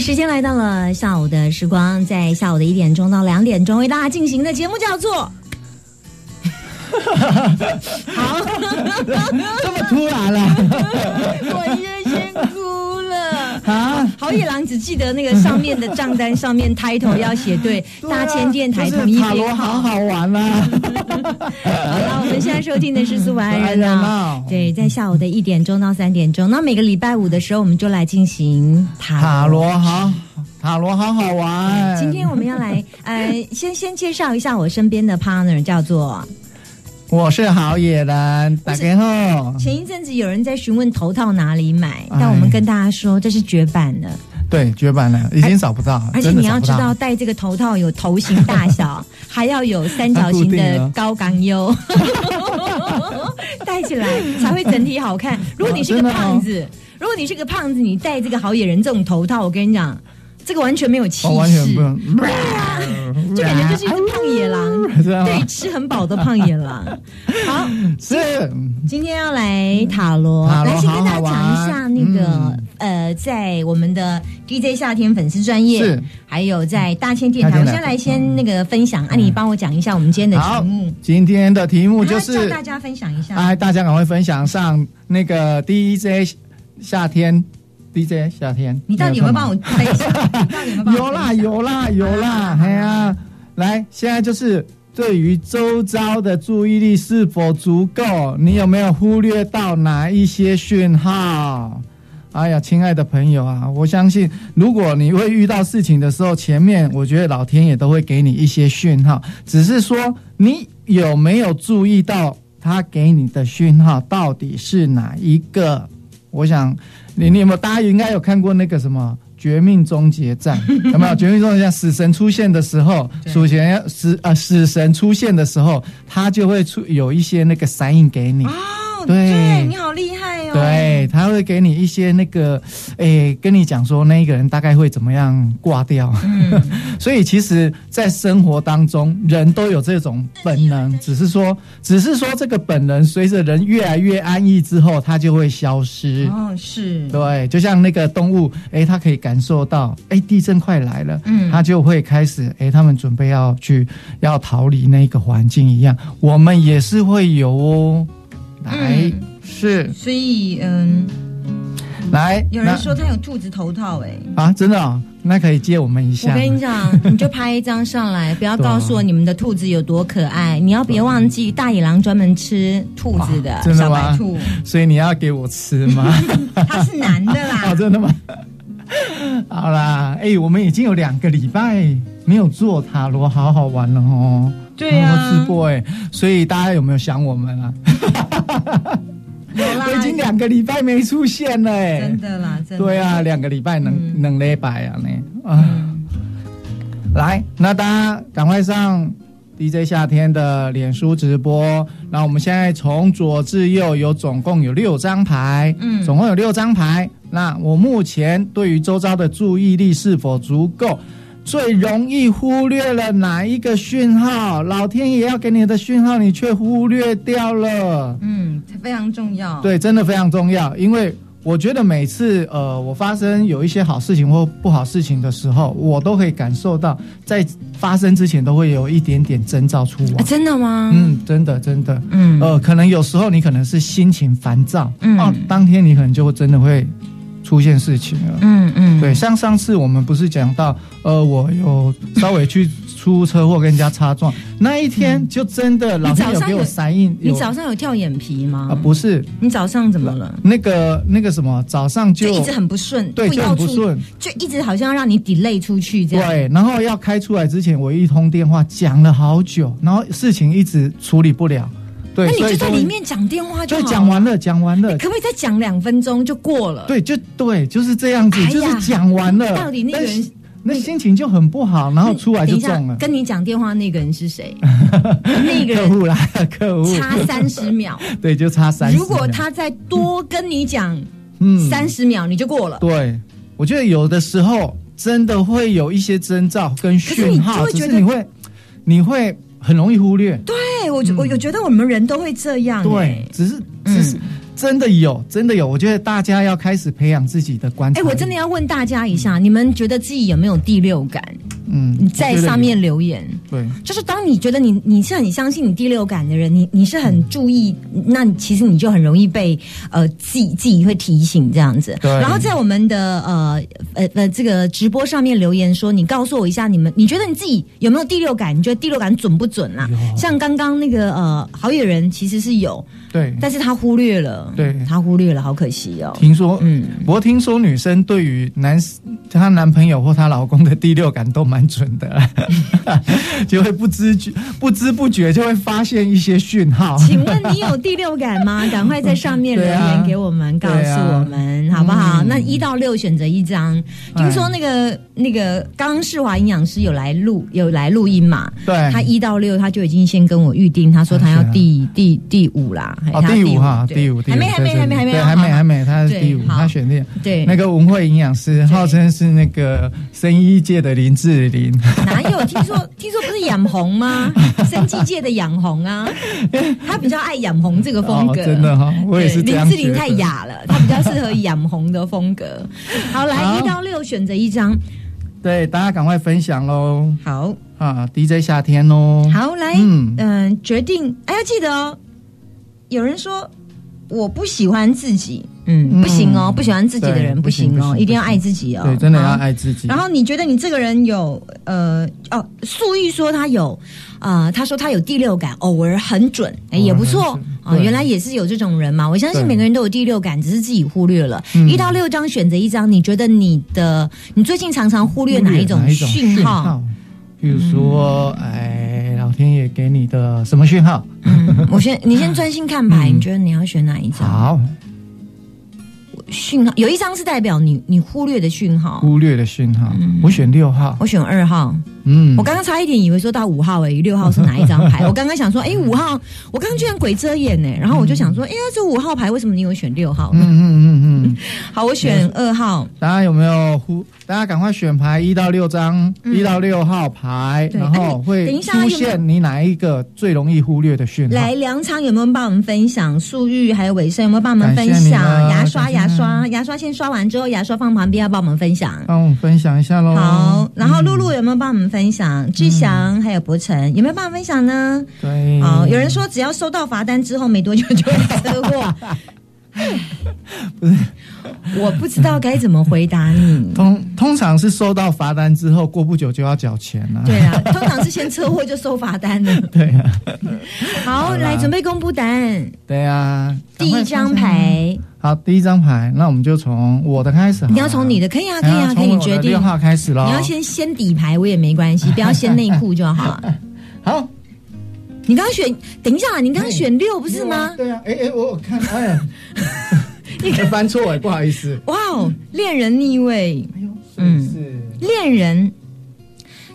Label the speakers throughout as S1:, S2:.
S1: 时间来到了下午的时光，在下午的一点钟到两点钟为大家进行的节目叫做。好，
S2: 这么突然了
S1: 我也先哭了。
S2: 啊？
S1: 好野狼只记得那个上面的账单上面 title 要写对，啊大千电台
S2: 就是
S1: 统一
S2: 塔罗
S1: 编
S2: 好
S1: 号。
S2: 好玩啊啦！
S1: 好了，我们现在收听的是苏安人
S2: 苏安人
S1: 啊
S2: 啊，
S1: 对，在下午的一点钟到三点钟，那每个礼拜五的时候，我们就来进行
S2: 塔
S1: 塔罗。
S2: 罗好，塔罗好好玩。
S1: 今天我们要来，呃，先先介绍一下我身边的 partner，叫做
S2: 我是好野人，打开后，
S1: 前一阵子有人在询问头套哪里买，
S2: 哎
S1: 但我们跟大家说这是绝版的，
S2: 对，绝版了，已经找不到，
S1: 而且
S2: 真的
S1: 你要
S2: 找不
S1: 知
S2: 到
S1: 道戴这个头套有头型大 小，还要有三角形的高岗优，戴起来才会整体好 看。如果你是个胖
S2: 啊
S1: 子，
S2: 哦
S1: 如果你是个胖子，你戴这个好野人这种头套，我跟你讲，这个完全没有气
S2: 我哦完全
S1: 势
S2: 不，能，
S1: 就感觉就是一只胖野狼。
S2: 知道
S1: 对，
S2: 吗？
S1: 吃很饱的胖野狼。好，
S2: 是
S1: 今天要来塔罗，
S2: 嗯塔罗
S1: 来先跟大家
S2: 好好玩嗯
S1: 讲一下那个、呃，在我们的 DJ 夏天粉丝专业
S2: 是，
S1: 还有在大千电台，
S2: 大
S1: 我
S2: 千电
S1: 先来
S2: 台
S1: 先那个分享，啊，你帮我讲一下我们今天的
S2: 嗯好
S1: 题目，，
S2: 今天的题目
S1: 我
S2: 就
S1: 教
S2: 是
S1: 大家分享一下。
S2: 哎，大家赶快分享上那个 DJ 夏天，DJ 夏天，
S1: 你到底有没有帮
S2: 我？
S1: 我分享？你到底有没有帮我分享
S2: 有啦有啦有啦，哎呀、来，现在就是对于周遭的注意力是否足够，你有没有忽略到哪一些讯号？哎呀，亲爱的朋友啊，我相信，如果你会遇到事情的时候，前面我觉得老天爷都会给你一些讯号，只是说你有没有注意到他给你的讯号到底是哪一个？我想你你有没有？大家应该有看过那个什么《绝命终结战》，有没有？《绝命终结战》死神出现的时候，
S1: 对
S2: 死神要死呃死神出现的时候，他就会出有一些那个闪影给你。
S1: 哦，
S2: 对
S1: 对，你好厉害哦。
S2: 对，他会给你一些那个，诶、跟你讲说那一个人大概会怎么样挂掉。
S1: 嗯
S2: 所以其实，在生活当中，人都有这种本能，只是说，只是说这个本能随着人越来越安逸之后，它就会消失。
S1: 哦，是，
S2: 对，就像那个动物，诶，它可以感受到，诶，地震快来了，
S1: 嗯
S2: 它就会开始，诶，他们准备要去要逃离那个环境一样，我们也是会有哦。来，
S1: 嗯
S2: 是
S1: 所以嗯，
S2: 来，
S1: 有
S2: 那
S1: 人说他有兔子头套，哎。
S2: 啊，真的、哦，那可以借我们一
S1: 我
S2: 下。
S1: 跟你讲，你就拍一张上来，不要告诉我你们的兔子有多可爱。你要别忘记，大野狼专门吃兔子的
S2: 啊真
S1: 小
S2: 的
S1: 白
S2: 吗
S1: 兔，
S2: 所以你要给我吃 吗？
S1: 它是男的啦
S2: 哦，。真的吗？好啦，哎、我们已经有两个礼拜没有做塔罗，好好玩了哦。
S1: 对啊
S2: 直播哎，所以大家有没有想我们啊？
S1: 有啦
S2: 我已经两个礼拜没出现了哎、
S1: 真的啦，真的。
S2: 对啊，两个礼拜能、
S1: 嗯
S2: 能礼拜啊呢啊！来，那大家赶快上 DJ 夏天的脸书直播。那我们现在从左至右有总共有六张牌，
S1: 嗯
S2: 总共有六张牌。那我目前对于周遭的注意力是否足够？最容易忽略了哪一个讯号？老天爷要给你的讯号，你却忽略掉了。
S1: 嗯，这非常重要。，
S2: 对，真的非常重要，因为我觉得每次呃，我发生有一些好事情或不好事情的时候，我都可以感受到，在发生之前都会有一点点征兆出
S1: 啊、
S2: 我。
S1: 真的吗？
S2: 嗯，真的真的，
S1: 嗯
S2: 呃，可能有时候你可能是心情烦躁，
S1: 嗯
S2: 哦，当天你可能就会真的会出现事情了。
S1: 嗯嗯，
S2: 对，像上次我们不是讲到，呃，我有稍微去出车祸跟人家擦撞，那一
S1: 嗯
S2: 天就真的老天有给我闪应，
S1: 你
S2: 有
S1: 早上有跳眼皮吗？
S2: 啊不是，
S1: 你早上怎么了？
S2: 那个那个什么，早上就
S1: 就一直很不顺，
S2: 对，就
S1: 要
S2: 很不
S1: 出，
S2: 顺，
S1: 就一直好像要让你 delay 出去这样。
S2: 对。然后要开出来之前，我一通电话讲了好久，然后事情一直处理不了，对
S1: 那，你
S2: 所以
S1: 就在
S2: 终于
S1: 里，面讲电话就
S2: 对，
S1: 好。
S2: 讲，完了，讲完了
S1: 可，不可以再讲两分钟就过了？
S2: 对，就对，就是这样子，
S1: 哎呀
S2: 就是讲完了，
S1: 到底那个人
S2: 但是那心情就很不好，然后出来
S1: 等
S2: 就
S1: 一下
S2: 中了，
S1: 跟你讲电话那个人是 谁？那个
S2: 客
S1: 人
S2: 户来了，客户，
S1: 差三十秒，
S2: 对，就差 三十秒。
S1: 如果他再多跟你讲
S2: 嗯
S1: 三十秒，你就过了。
S2: 对，我觉得有的时候真的会有一些征兆跟
S1: 是你
S2: 讯号，
S1: 就会
S2: 只
S1: 觉得
S2: 是你会你会很容易忽略。
S1: 对，我觉我我觉得我们人都会这样。
S2: 嗯对
S1: 哎，
S2: 只是
S1: 嗯
S2: 只是、真的有，真的有。我觉得大家要开始培养自己的观察
S1: 哎，
S2: 力。
S1: 我真的要问大家一下，你们觉得自己有没有第六感？
S2: 嗯，
S1: 你
S2: 我
S1: 在
S2: 觉得
S1: 上面留言。
S2: 有对，
S1: 就是当你觉得你你是很相信你第六感的人，你你是很注意，那你其实你就很容易被呃自己自己会提醒这样子。
S2: 对
S1: 然后在我们的呃呃呃这个直播上面留言说，你告诉我一下你们，你觉得你自己有没有第六感？你觉得第六感准不准啦、
S2: 有
S1: 像刚刚那个呃好野人其实是有，
S2: 对，
S1: 但是他忽略了，
S2: 对
S1: 他忽略了，好可惜哦。
S2: 听说，
S1: 嗯，
S2: 不过听说女生对于男她男朋友或她老公的第六感都蛮准的， 就会不知觉、不知不觉就会发现一些讯号。
S1: 请问你有第六感 吗？赶快在上面留
S2: 对啊
S1: 言给我们，告
S2: 对
S1: 诉
S2: 啊
S1: 我们、好不好？
S2: 嗯
S1: 那一到六选择一张。
S2: 哎
S1: 听说那个那个刚刚世华营养师有来录有来录音嘛？
S2: 对，
S1: 他一到六他就已经先跟我预定，他说他要
S2: 啊是啊
S1: 第、第第五啦，还
S2: 哦，
S1: 哎他
S2: 第五哈，
S1: 对
S2: 第五，第五
S1: 还没还没
S2: 对
S1: 还没还没
S2: 对
S1: 哦
S2: 还没
S1: 好
S2: 还没，他是
S1: 对
S2: 第五，
S1: 好
S2: 他选定
S1: 对，
S2: 那个文慧营养师，号称是那个生医界的林志玲，
S1: 哪有？听说 听说不是养红 吗？生技界的养红啊，他比较爱养红这个风
S2: 哦
S1: 格，，
S2: 真的哈，我也是这
S1: 对
S2: 样
S1: 林志
S2: 觉
S1: 玲
S2: 得
S1: 太雅了，她比较适合养红的风 格。好，来
S2: 好
S1: 一到六选择一张。
S2: 对，大家赶快分享喽
S1: 好，
S2: 啊，DJ 夏天喽，
S1: 好，来，嗯、
S2: 嗯
S1: 决定，哎，要记得哦。有人说我不喜欢自己，嗯，
S2: 嗯
S1: 不行哦，不喜欢自己的人
S2: 对
S1: 不行
S2: 不行
S1: 哦，
S2: 不行
S1: 一定要爱自己哦，
S2: 对，真的要
S1: 好。
S2: 爱自己
S1: 然。后你觉得你这个人有呃哦，素玉说他有，呃，他说他有第六感，偶尔很准，哎，也不
S2: 偶尔
S1: 错
S2: 很
S1: 啊、
S2: 准对
S1: 原来也是有这种人嘛，我相信
S2: 对
S1: 每个人都有第六感，只是自己忽略了。
S2: 嗯
S1: 一到六张选择一张，你觉得你的你最近常常忽略哪一种
S2: 讯
S1: 讯号？？
S2: 比如说，哎，老天爷给你的什么讯号？
S1: 嗯，我先你先专心看牌，
S2: 嗯
S1: 你觉得你要选哪一张？
S2: 好，
S1: 讯号有一张是代表你你忽略的讯号，
S2: 忽略的讯号，我选六号。
S1: 我选二号。
S2: 嗯
S1: 嗯我，刚刚差一点以为说到五号诶、六号是哪一张 牌？我刚刚想说，哎、五号，我刚刚居然鬼遮眼呢、然后我就想说，哎、呀，这五号牌为什么你有选六号
S2: 嗯？嗯嗯嗯，
S1: 好，我选二号。
S2: 大家有没有呼？大家赶快选牌一到六张，
S1: 嗯
S2: 一到六号牌，
S1: 对
S2: 然
S1: 哎
S2: 后
S1: 你
S2: 会
S1: 等一下
S2: 出
S1: 有
S2: 现你哪一个最容易忽略的讯号
S1: 来，？梁昌有没有帮我们分享？素玉还有伟盛有没有帮我们分
S2: 感谢你
S1: 享？
S2: 啊
S1: 牙刷，
S2: 感谢啊
S1: 牙刷，牙刷先刷完之后，牙刷放旁边要帮我们分享。
S2: 帮我们分享一下喽。
S1: 好，然
S2: 嗯
S1: 后露露有没有帮我们分享？志祥还有博成有没有帮我们分享呢？
S2: 对，
S1: 好，有人说只要收到罚单之后没多久就会车 祸。不是，我不知道该怎么回答 你。
S2: 通通常是收到罚单之后，过不久就要缴钱了。
S1: 对啊，通常是先车祸就收罚单 了。
S2: 对啊，
S1: 好，
S2: 好啦
S1: 来准备公布答案。
S2: 对啊。
S1: 第一
S2: 赶
S1: 张
S2: 快分享
S1: 牌，
S2: 好，第一张牌，那我们就从我的开始好了。哎
S1: 你要从你的，可以啊，可以啊，可以，你决定
S2: 六。号开始喽。
S1: 你要先先底牌，我也没关 系，不要先内裤就好。
S2: 好，
S1: 你刚刚选，等一下，你刚刚选六不是吗？
S2: 对啊，哎哎，我我看，哎， 你 翻错哎，不好意思。
S1: 哇哦，恋人逆位，
S2: 哎呦，
S1: 嗯
S2: 是不是？
S1: 恋人，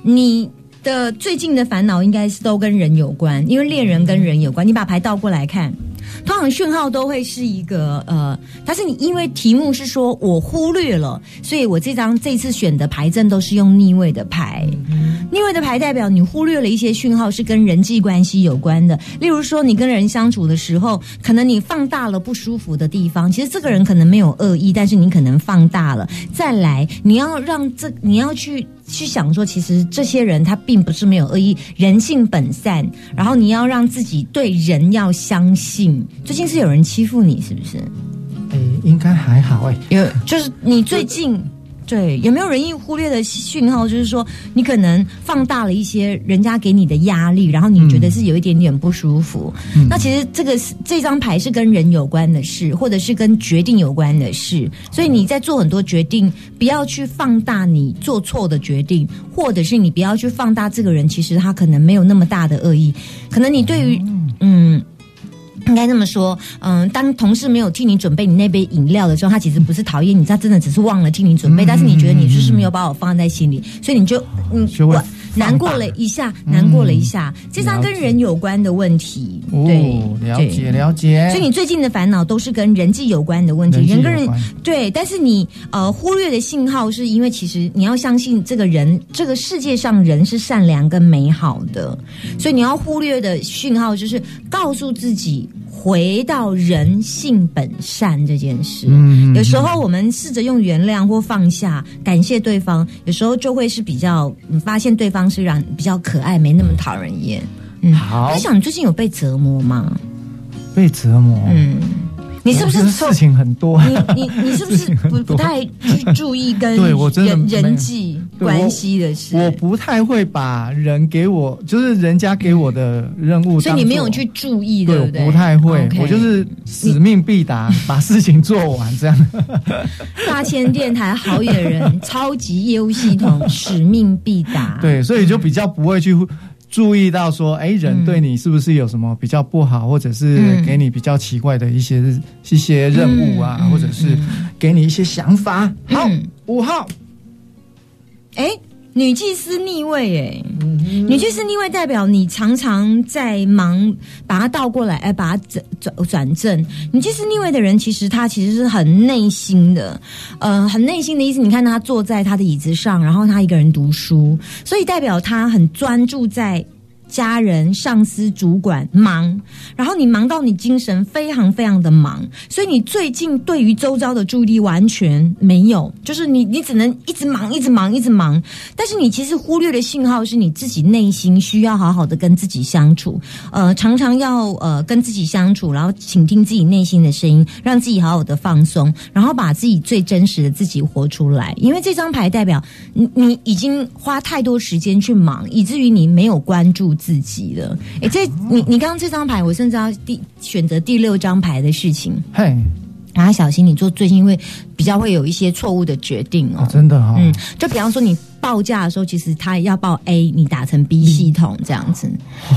S1: 你的最近的烦恼应该是都跟人有关，因为恋人跟人有关。你把牌倒过来看，通常讯号都会是一个呃，但是你因为题目是说我忽略了，所以我这张这次选的牌阵都是用逆位的牌。逆位的牌代表你忽略了一些讯号是跟人际关系有关的，例如说你跟人相处的时候，可能你放大了不舒服的地方，其实这个人可能没有恶意，但是你可能放大了。再来，你要让这你要去去想说，其实这些人他并不是没有恶意，人性本善。然后你要让自己对人要相信。最近是有人欺负你，是不是？
S2: 哎，应该还好哎。
S1: 有，就是你最近对有没有人意忽略的讯号？就是说，你可能放大了一些人家给你的压力，然后你觉得是有一点点不舒服。
S2: 嗯
S1: 那其实这个是这张牌是跟人有关的事，或者是跟决定有关的事。所以你在做很多决定，不要去放大你做错的决定，或者是你不要去放大这个人，其实他可能没有那么大的恶意，可能你对于嗯应该这么说，嗯，当同事没有替你准备你那杯饮料的时候，他其实不是讨厌你，他真的只是忘了替你准备，
S2: 嗯
S1: 但是你觉得你就是没有把我放在心里，所以你就嗯
S2: 学会嗯
S1: 我难过了一下，难过了一下，这张跟
S2: 了解
S1: 人有关的问题，对
S2: 哦，，了解
S1: 对。
S2: 了解。
S1: 所以你最近的烦恼都是跟人际有关的问题，
S2: 人际
S1: 人
S2: 有
S1: 跟
S2: 关
S1: 人对，但是你呃忽略的信号，是因为其实你要相信这个人，这个世界上人是善良跟美好的，所以你要忽略的讯号就是告诉自己回到人性本善这件事。
S2: 嗯
S1: 有时候我们试着用原谅或放下，感谢对方，有时候就会是比较嗯发现对方是让比较可爱，没那么讨人厌。嗯，
S2: 好
S1: 我想你最近有被折磨吗？
S2: 被折磨，
S1: 嗯，你是不
S2: 我
S1: 是
S2: 觉得
S1: 从
S2: 事情很多？
S1: 你你你是不
S2: 事
S1: 是
S2: 情很
S1: 不不
S2: 多
S1: 太去注意跟
S2: 对我真的
S1: 人
S2: 没有
S1: 人际
S2: 对
S1: 关
S2: 我
S1: 系的事？
S2: 我不太会把人给我，就是人家给我的任务当作，
S1: 所以你没有去注意，
S2: 对，
S1: 不
S2: 我
S1: 对？
S2: 不太会
S1: OK
S2: 我就是使命必达，把事情做完这样。
S1: 大千电台好野人， 超级业务系统，使命必达。，
S2: 对，所以就比较不会去注意到说，哎，人对你是不是有什么比较不好，或者是
S1: 嗯
S2: 给你比较奇怪的一些一些任务啊，
S1: 嗯嗯
S2: 或者是给你一些想法。好
S1: 嗯，
S2: 五号，
S1: 哎，女祭司逆位，哎，女祭司逆位代表你常常在忙，把它倒过来，哎，把它转转转正。女祭司逆位的人，其实他其实是很内心的，呃，很内心的意思。你看他坐在他的椅子上，然后他一个人读书，所以代表他很专注在。家人、上司、主管忙，然后你忙到你精神非常非常的忙，所以你最近对于周遭的注意力完全没有，就是你你只能一直忙、一直忙、一直忙，但是你其实忽略的信号是你自己内心需要好好的跟自己相处，呃，常常要呃跟自己相处，然后倾听自己内心的声音，让自己好好的放松，然后把自己最真实的自己活出来。因为这张牌代表你你已经花太多时间去忙，以至于你没有关注自己了。诶，这你你刚刚这张牌，我甚至要第选择第六张牌的事情，
S2: 嘿，
S1: 然后小心你做最近会比较会有一些错误的决定哦
S2: 哦，真的哈、
S1: 嗯，就比方说你报价的时候，其实他要报 A，你打成 B
S2: 嗯
S1: 系统这样子，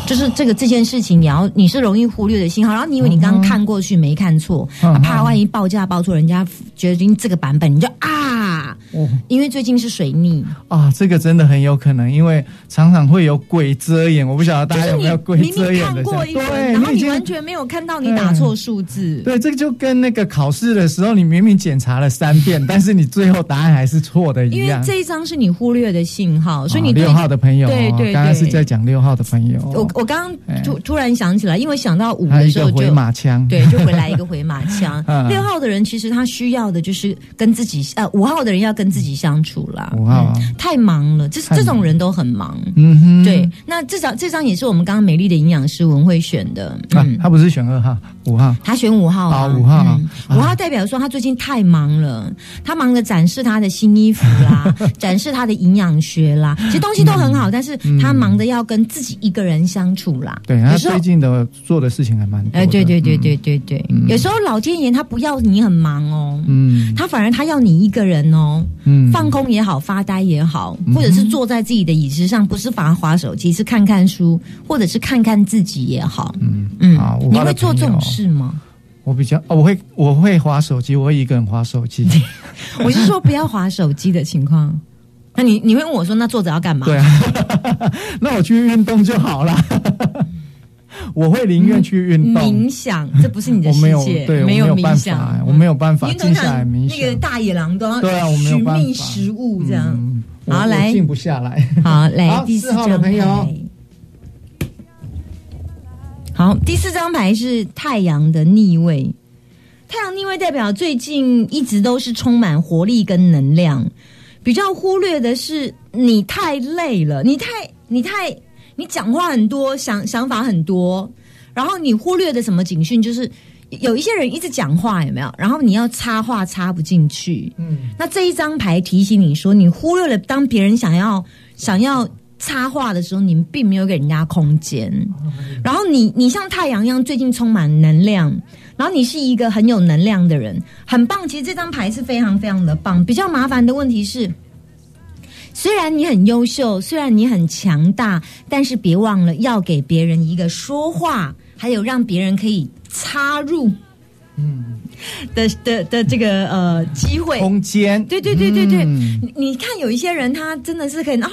S1: 就是这个这件事情，你要你是容易忽略的信号。然后你以为你刚刚看过去没看错，
S2: 哦嗯
S1: 啊怕万一报价报错，人家决定这个版本，你就啊，
S2: 哦
S1: 因为最近是水逆，
S2: 啊，这个真的很有可能，因为常常会有鬼遮眼，哎我不晓得大
S1: 就
S2: 家
S1: 是
S2: 有
S1: 你
S2: 没有鬼
S1: 明
S2: 遮
S1: 明
S2: 眼
S1: 看
S2: 的
S1: 过
S2: 这
S1: 一
S2: 样
S1: 轮，
S2: 对，
S1: 然后
S2: 已
S1: 你
S2: 经嗯
S1: 完全没有看到你打错数字。
S2: 对，这个就跟那个考试的时候，你明明检查了三遍，但是你最后答案还是错的
S1: 因
S2: 一
S1: 为
S2: 样。
S1: 这一张是你忽略的信号，所以你
S2: 啊
S1: 对
S2: 六号的朋友哦，
S1: 对对对
S2: 刚刚是在讲六号的朋友哦，
S1: 我我刚
S2: 哎
S1: 刚突突然想起来，因为想到五
S2: 还有
S1: 的
S2: 一
S1: 时
S2: 个
S1: 候就
S2: 回马枪，
S1: 对，就回来一个回马枪
S2: 嗯。
S1: 六号的人其实他需要的就是跟自己，呃，五号的人要跟自己相处啦。
S2: 五号啊
S1: 嗯太忙了，这
S2: 忙
S1: 这种人都很忙。
S2: 嗯哼，
S1: 对，那这张这张也是我们刚刚美丽的营养师文慧选的，
S2: 啊
S1: 嗯，，
S2: 他不是选二号，五号，
S1: 他选五号啊，
S2: 啊五号啊
S1: 嗯五号代表说他最近太忙了，他忙着展示他的新衣服 啦，展示他的营养学啦，其实东西都很好，但是他忙着要跟自己一个人相处啦。
S2: 嗯对
S1: 有
S2: 他
S1: 时候
S2: 最近的做的事情还蛮多的，
S1: 哎，对对对对对对，
S2: 嗯
S1: 有时候老天爷他不要你很忙哦，
S2: 嗯，
S1: 他反而他要你一个人哦，
S2: 嗯嗯，
S1: 放空也好，发呆也好，或者是坐在自己的椅子上，不是划划手机，是看看书，或者是看看自己也好。
S2: 嗯
S1: 嗯
S2: 好，五
S1: 你
S2: 号的
S1: 会做
S2: 朋
S1: 这种
S2: 友
S1: 事 吗？
S2: 我比较，哦，我会我会划手机，我会一个人划手机，
S1: 我是说不要划手机的情况。那你你会问我说，那坐着要干嘛？
S2: 嗯对啊， 那我去运动就好了， 我会宁愿去运动
S1: 冥。想，这不是你嗯的
S2: 我
S1: 世
S2: 没有，
S1: 界，
S2: 对，我
S1: 有
S2: 有
S1: 冥
S2: 办
S1: 想
S2: 法，，
S1: 嗯
S2: 我没有办法
S1: 你
S2: 静
S1: 通
S2: 下来
S1: 常
S2: 冥
S1: 那个
S2: 想。
S1: 大野狼都要
S2: 对啊我没有
S1: 寻
S2: 办
S1: 觅
S2: 法
S1: 食物这样。
S2: 嗯，我
S1: 好
S2: 我
S1: 来
S2: 静不下来。
S1: 好，来
S2: 好
S1: 第四
S2: 四号的
S1: 张
S2: 朋友
S1: 牌。好，第四张牌是太阳的逆位。太阳逆位代表最近一直都是充满活力跟能量，比较忽略的是你太累了，你太你太你讲话很多，想想法很多，然后你忽略的什么警讯就是有一些人一直讲话有没有？然后你要插话插不进去，
S2: 嗯，
S1: 那这一张牌提醒你说，你忽略了当别人想要想要插话的时候，你并没有给人家空间。然后你你像太阳一样，最近充满能量，然后你是一个很有能量的人，很棒。其实这张牌是非常非常的棒。比较麻烦的问题是。虽然你很优秀，虽然你很强大，但是别忘了要给别人一个说话，还有让别人可以插入，嗯，的的的这个呃机会，
S2: 空间，
S1: 对对对对对，
S2: 嗯
S1: 你你看有一些人他真的是可以啊，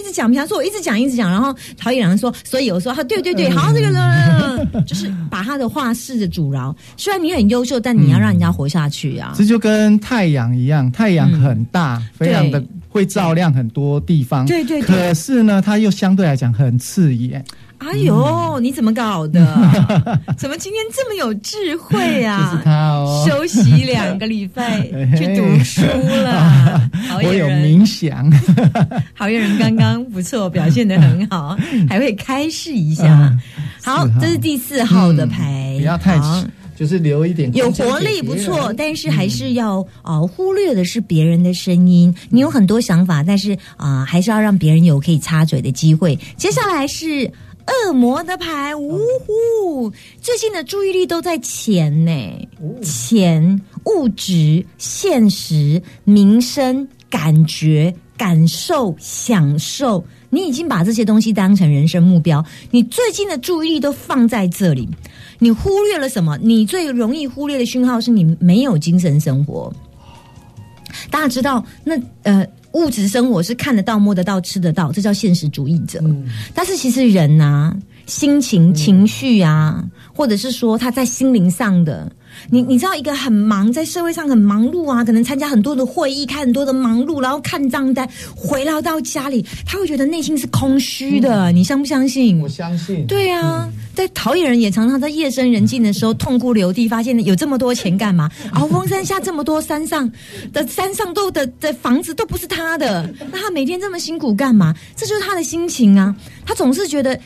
S1: 一直讲，比方说我一直讲一直讲，然后陶冶郎说，所以我说啊，对对对，好这个
S2: 嗯
S1: 呢，就是把他的话试着阻挠。虽然你很优
S2: 嗯
S1: 秀，但你要让人家活下去啊。
S2: 这就跟太阳一样，太阳很大，非常的
S1: 嗯对
S2: 会照亮很多地方。
S1: 对对对
S2: 可是呢，它又相对来讲很刺眼。
S1: 哎呦，你怎么搞 的？怎么今天这么有智慧
S2: 就是
S1: 啊？
S2: 它哦。
S1: 休息两个礼 拜去读书了，好
S2: 我
S1: 野
S2: 有
S1: 人，
S2: 冥想，
S1: 好野人刚刚不错，表现的很好，
S2: 嗯
S1: 还会开示一下。好
S2: 四号，
S1: 这是第四号的牌，
S2: 嗯不要太
S1: 好，
S2: 就是留一点
S1: 有
S2: 空间
S1: 活
S2: 给
S1: 力
S2: 别
S1: 不
S2: 人嗯
S1: 错，但是还是要啊、呃忽略的是别人的声音。你有很多想法，但是啊、呃还是要让别人有可以插嘴的机会。接下来是恶魔的牌，呜呼！最近的注意力都在钱呢、
S2: 哦
S1: 钱、物质、现实、民生、感觉、感受、享受。你已经把这些东西当成人生目标，你最近的注意力都放在这里，你忽略了什么？你最容易忽略的讯号是你没有精神生活。大家知道，那呃，物质生活是看得到、摸得到、吃得到，这叫现实主义者。但是其实人呐、心情、情绪啊，或者是说他在心灵上的。你你知道一个很忙，在社会上很忙碌啊，可能参加很多的会议，开很多的忙碌，然后看账单，回到到家里，他会觉得内心是空虚的。你相不相信？
S2: 我相信，
S1: 对啊，在陶冶人也常常在夜深人静的时候痛哭流涕，发现有这么多钱干 嘛？鳌峰山下这么多山上的山上都的的房子都不是他的，那他每天这么辛苦干嘛？这就是他的心情啊，他总是觉得。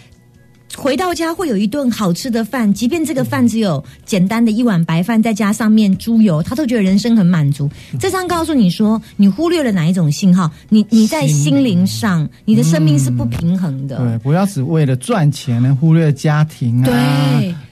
S1: 回到家会有一顿好吃的饭，即便这个饭只有简单的一碗白饭，再加上面猪油，他都觉得人生很满足。这张告诉你说，你忽略了哪一种信号？你你在心灵上，你的生命是不平衡的。
S2: 对，不要只为了赚钱呢，忽略家庭啊，
S1: 对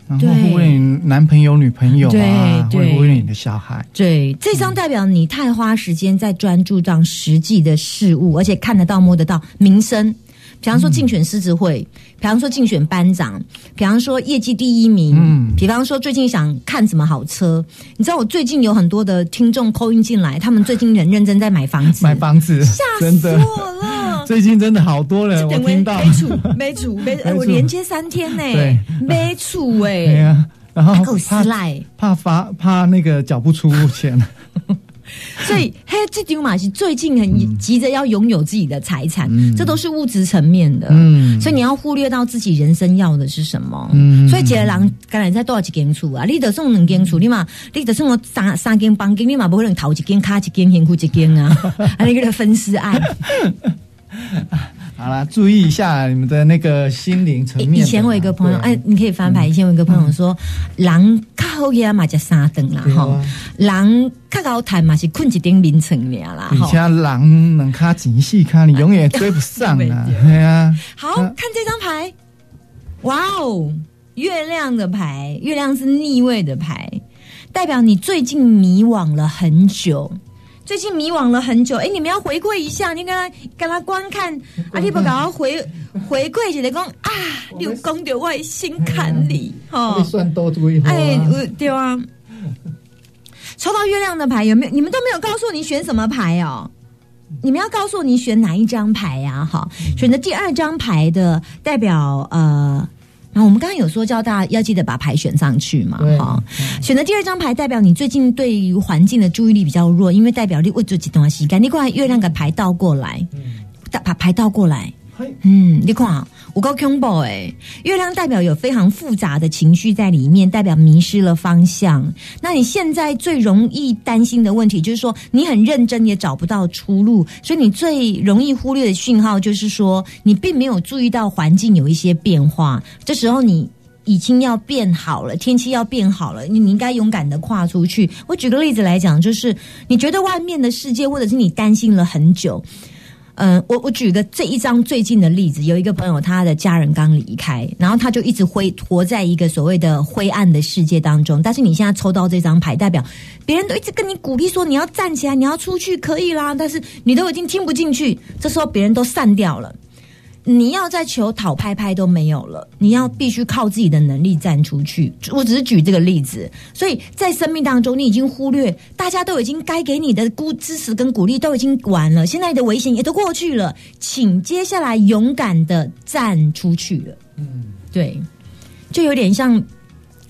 S2: 然后
S1: 对
S2: 忽略你男朋友、女朋友啊，
S1: 对对
S2: 会忽略你的小孩。
S1: 对，这张代表你太花时间在专注上实际的事物，而且看得到、摸得到民生。比方说竞选狮子会，比方说竞选班长，比方说业绩第一名，
S2: 嗯
S1: 比方说最近想看什么好车。你知道我最近有很多的听众扣音进来，他们最近很认真在买房子，
S2: 买房子，
S1: 吓
S2: 真
S1: 死
S2: 的，
S1: 我了。
S2: 最近真的好多 人，我
S1: 等
S2: 听到，
S1: 没 处没处没，哎
S2: 没
S1: 我
S2: 厝
S1: 连接三天呢、
S2: 对
S1: 没处哎、
S2: 对呀、然后
S1: 还够
S2: 怕
S1: 撕赖。
S2: 怕发怕那个缴不出钱，
S1: 所
S2: 嗯
S1: 以，嘿，这丢马是最近很急着要拥有自己的财产，
S2: 嗯
S1: 这都是物质层面的。
S2: 嗯，
S1: 所以你要忽略到自己人生要的是什么。
S2: 嗯
S1: 所以，一个人刚才在多少一间厝啊？你得送两间厝，你嘛，你得送三三间房间，你嘛不可能头一间、卡一间、辛苦一间 啊！啊，你个人分尸案。
S2: 好啦，注意一下你们的那个心灵层面的
S1: 以
S2: 啦。
S1: 前我有一个朋友，
S2: 对嗯
S1: 哎，，你可以翻牌。以前我有一个朋友说，人较好嘢嘛，食三顿啦
S2: 对，啊
S1: 吼、人较高谈嘛是困一顶眠床尔啦，
S2: 以
S1: 吼。
S2: 前狼能卡紧细卡， 你永远追不上
S1: 没
S2: 啊！
S1: 错
S2: 对啊，
S1: 好
S2: 嗯
S1: 看这张牌，哇哦，月亮的牌，月亮是逆位的牌，代表你最近迷惘了很久。最近迷惘了很久，哎，你们要回归一下，你跟他跟他观看，啊，你不搞我回回归一下，讲啊，你有讲到我的心坎里，吼、
S2: 会算多注意好啊
S1: 哦哎，我对啊，抽到月亮的牌有没有？你们都没有告诉我你选什么牌哦。你们要告诉我你选哪一张牌呀、好，
S2: 嗯
S1: 选的第二张牌的代表呃，啊，我们刚刚有说叫大家要记得把牌选上去嘛，
S2: 对嗯
S1: 哈。选的第二张牌代表你最近对于环境的注意力比较弱，因为代表你握住几段时间，你过来月亮的牌倒过来，大把牌倒过来，
S2: 嗯嘿
S1: 嗯，你看我够恐怖哎，月亮代表有非常复杂的情绪在里面，代表迷失了方向。那你现在最容易担心的问题就是说，你很认真也找不到出路，所以你最容易忽略的讯号就是说，你并没有注意到环境有一些变化。这时候你。已经要变好了，天气要变好了，你你应该勇敢的跨出去。我举个例子来讲，就是你觉得外面的世界，或者是你担心了很久，嗯，我我举个这一张最近的例子，有一个朋友，他的家人刚离开，然后他就一直灰活在一个所谓的灰暗的世界当中。但是你现在抽到这张牌，代表别人都一直跟你鼓励说你要站起来，你要出去，可以啦。但是你都已经听不进去，这时候别人都散掉了，你要再求讨拍拍都没有了，你要必须靠自己的能力站出去。我只是举这个例子，所以在生命当中，你已经忽略大家都已经该给你的鼓支持跟鼓励都已经完了，现在的危险也都过去了，请接下来勇敢的站出去了。嗯，对，就有点像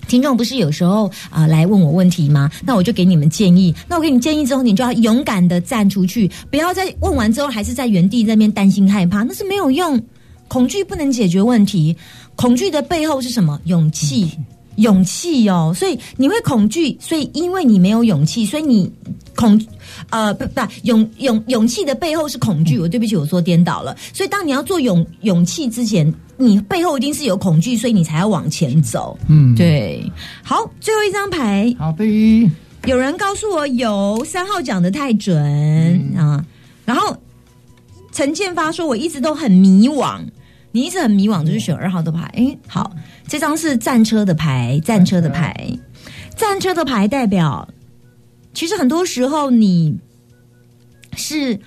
S1: 听众不是有时候啊、呃来问我问题吗？那我就给你们建议。那我给你建议之后，你就要勇敢的站出去，不要再问完之后还是在原地那边担心害怕，那是没有用。恐惧不能解决问题，恐惧的背后是什么？勇气。勇气哦，所以你会恐惧，所以因为你没有勇气，所以你恐，呃，不不，勇勇勇气的背后是恐惧。我对不起，我说颠倒了。所以当你要做勇勇气之前，你背后一定是有恐惧，所以你才要往前走。
S2: 嗯，。
S1: 对，好，最后一张牌，
S2: 好的，
S1: 有人告诉我有三号讲的太准、啊，然后陈建发说我一直都很迷惘，你一直很迷惘，就是选二号的牌。诶，好，这张是战车的牌，战车的牌，战车的牌代表，其实很多时候你是。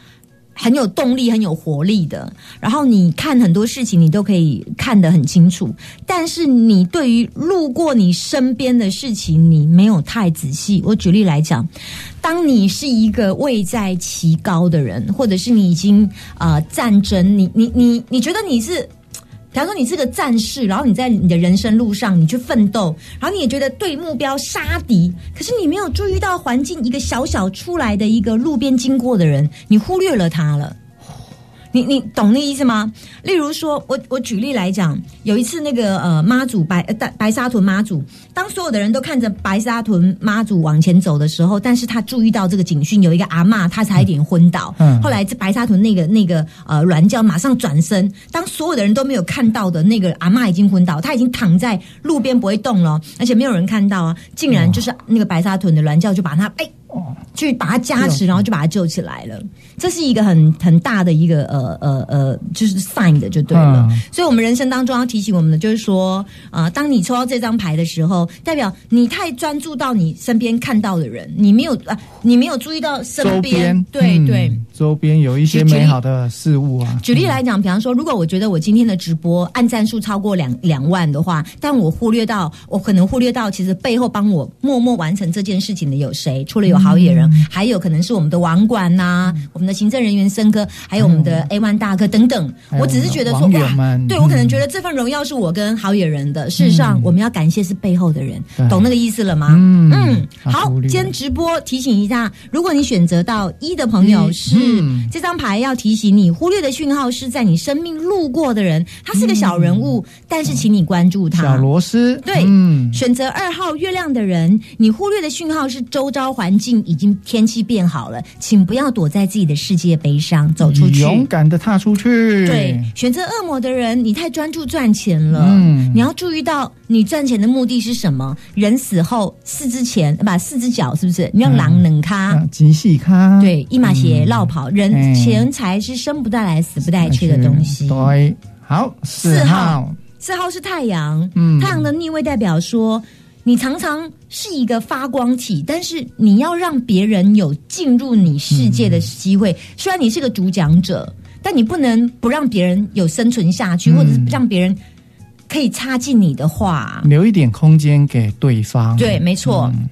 S1: 很有动力、很有活力的，然后你看很多事情，你都可以看得很清楚。但是你对于路过你身边的事情，你没有太仔细。我举例来讲，当你是一个位在其高的人，或者是你已经呃战争，你你你你觉得你是。比方说，你是个战士，然后你在你的人生路上，你去奋斗，然后你也觉得对目标杀敌，可是你没有注意到环境一个小小出来的一个路边经过的人，你忽略了他了。你你懂那意思吗？例如说，我我举例来讲，有一次那个呃妈祖白呃大白沙屯妈祖，当所有的人都看着白沙屯妈祖往前走的时候，但是他注意到这个警讯，有一个阿嬷，她差一点昏倒。
S2: 嗯
S1: 后来这白沙屯那个那个呃软教马上转身，当所有的人都没有看到的那个阿嬷已经昏倒，她已经躺在路边不会动了，哦而且没有人看到啊，竟然就是那个白沙屯的软教就把她哎
S2: 哦，
S1: 去把它加
S2: 是
S1: 持，然后就把它救起来了。这是一个很很大的一个呃呃呃，就是 sign 的就对了。
S2: 嗯
S1: 所以，我们人生当中要提醒我们的就是说，啊、当你抽到这张牌的时候，代表你太专注到你身边看到的人，你没有啊、你没有注意到身
S2: 周
S1: 边。
S2: 边
S1: 对对。，
S2: 嗯周边有一些
S1: 举举例
S2: 美好的事物啊。
S1: 举例来讲，比方说，如果我觉得我今天的直播按赞数超过两两万的话，但我忽略到，我可能忽略到，其实背后帮我默默完成这件事情的有谁？除了有好野人，
S2: 嗯
S1: 还有可能是我们的网管呐、我们的行政人员森哥，还有我们的 A One 大哥等等。
S2: 嗯还有
S1: 我只是觉得说，
S2: 网友
S1: 哇
S2: 们，嗯
S1: 对我可能觉得这份荣耀是我跟好野人的。事实上，我们要感谢是背后的人，
S2: 对
S1: 懂那个意思了吗？
S2: 嗯
S1: 嗯，
S2: 啊
S1: 好
S2: 忽，略
S1: 今天直播提醒一下，如果你选择到一的朋友
S2: 一
S1: 是。
S2: 嗯
S1: 这张牌要提醒你，忽略的讯号是在你生命路过的人，他是个小人物，但是请你关注
S2: 嗯小
S1: 他。
S2: 螺丝，
S1: 对
S2: 嗯，
S1: 选择二号月亮的人，你忽略的讯号是周遭环境已经天气变好了，请不要躲在自己的世界悲伤，走出去。
S2: 勇敢的踏出去。
S1: 对，选择恶魔的人，你太专注赚钱了。
S2: 嗯
S1: 你要注意到你赚钱的目的是什么。人死后四只前，把四只脚是不是？
S2: 嗯
S1: 你要狼能咖。
S2: 啊，极细看，
S1: 对，一马鞋绕跑，人
S2: 嗯
S1: 钱财是生不带来，死不带去的东西。
S2: 哎对，好，四
S1: 四号
S2: 号，
S1: 四号是太阳，
S2: 嗯
S1: 太阳的逆位代表说，你常常是一个发光体，但是你要让别人有进入你世界的机
S2: 嗯
S1: 会。虽然你是个主讲者，但你不能不让别人有生存下去，
S2: 嗯
S1: 或者是让别人可以插进你的话。
S2: 留一点空间给对方。
S1: 对，，没错。
S2: 嗯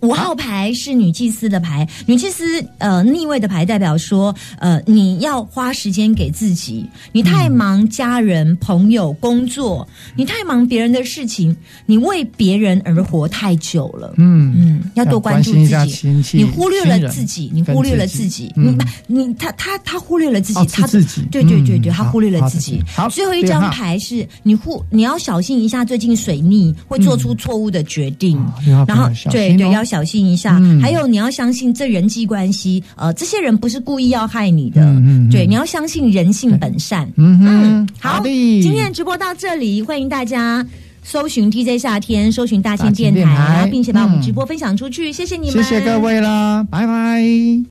S1: 五号牌是女祭司的牌，女祭司呃逆位的牌代表说，呃你要花时间给自己，你太忙家人、朋友、工作，你太忙别人的事情，你为别人而活太久了。
S2: 嗯，
S1: 嗯，要多关注
S2: 心一
S1: 自
S2: 下
S1: 己。
S2: 亲戚，
S1: 你忽略
S2: 亲
S1: 了
S2: 人
S1: 自己，你忽略了自己，
S2: 跟自己
S1: 你你他他他忽略了自己，
S2: 哦是
S1: 他
S2: 自己
S1: 对对对对，
S2: 嗯
S1: 他
S2: 好
S1: 忽略了
S2: 好
S1: 自己。
S2: 好
S1: 最后一
S2: 六
S1: 张
S2: 号
S1: 牌是你忽你要小心一下，最近水逆会做出错误的决定
S2: 哦六号，
S1: 然后
S2: 朋友小
S1: 对
S2: 心
S1: 对
S2: 哦
S1: 要小心一下
S2: 嗯。
S1: 还有你要相信这人际关系，呃，这些人不是故意要害你的
S2: 嗯嗯嗯，
S1: 对，你要相信人性本善。
S2: 嗯
S1: 嗯
S2: 哼，，
S1: 好，
S2: 的，
S1: 今天的直播到这里，欢迎大家搜寻 DJ 夏天，搜寻大千
S2: 大千
S1: 电
S2: 电台
S1: 台，并且把我们
S2: 嗯
S1: 直播分享出去，谢谢你
S2: 谢
S1: 们，
S2: 谢各。位啦，拜拜。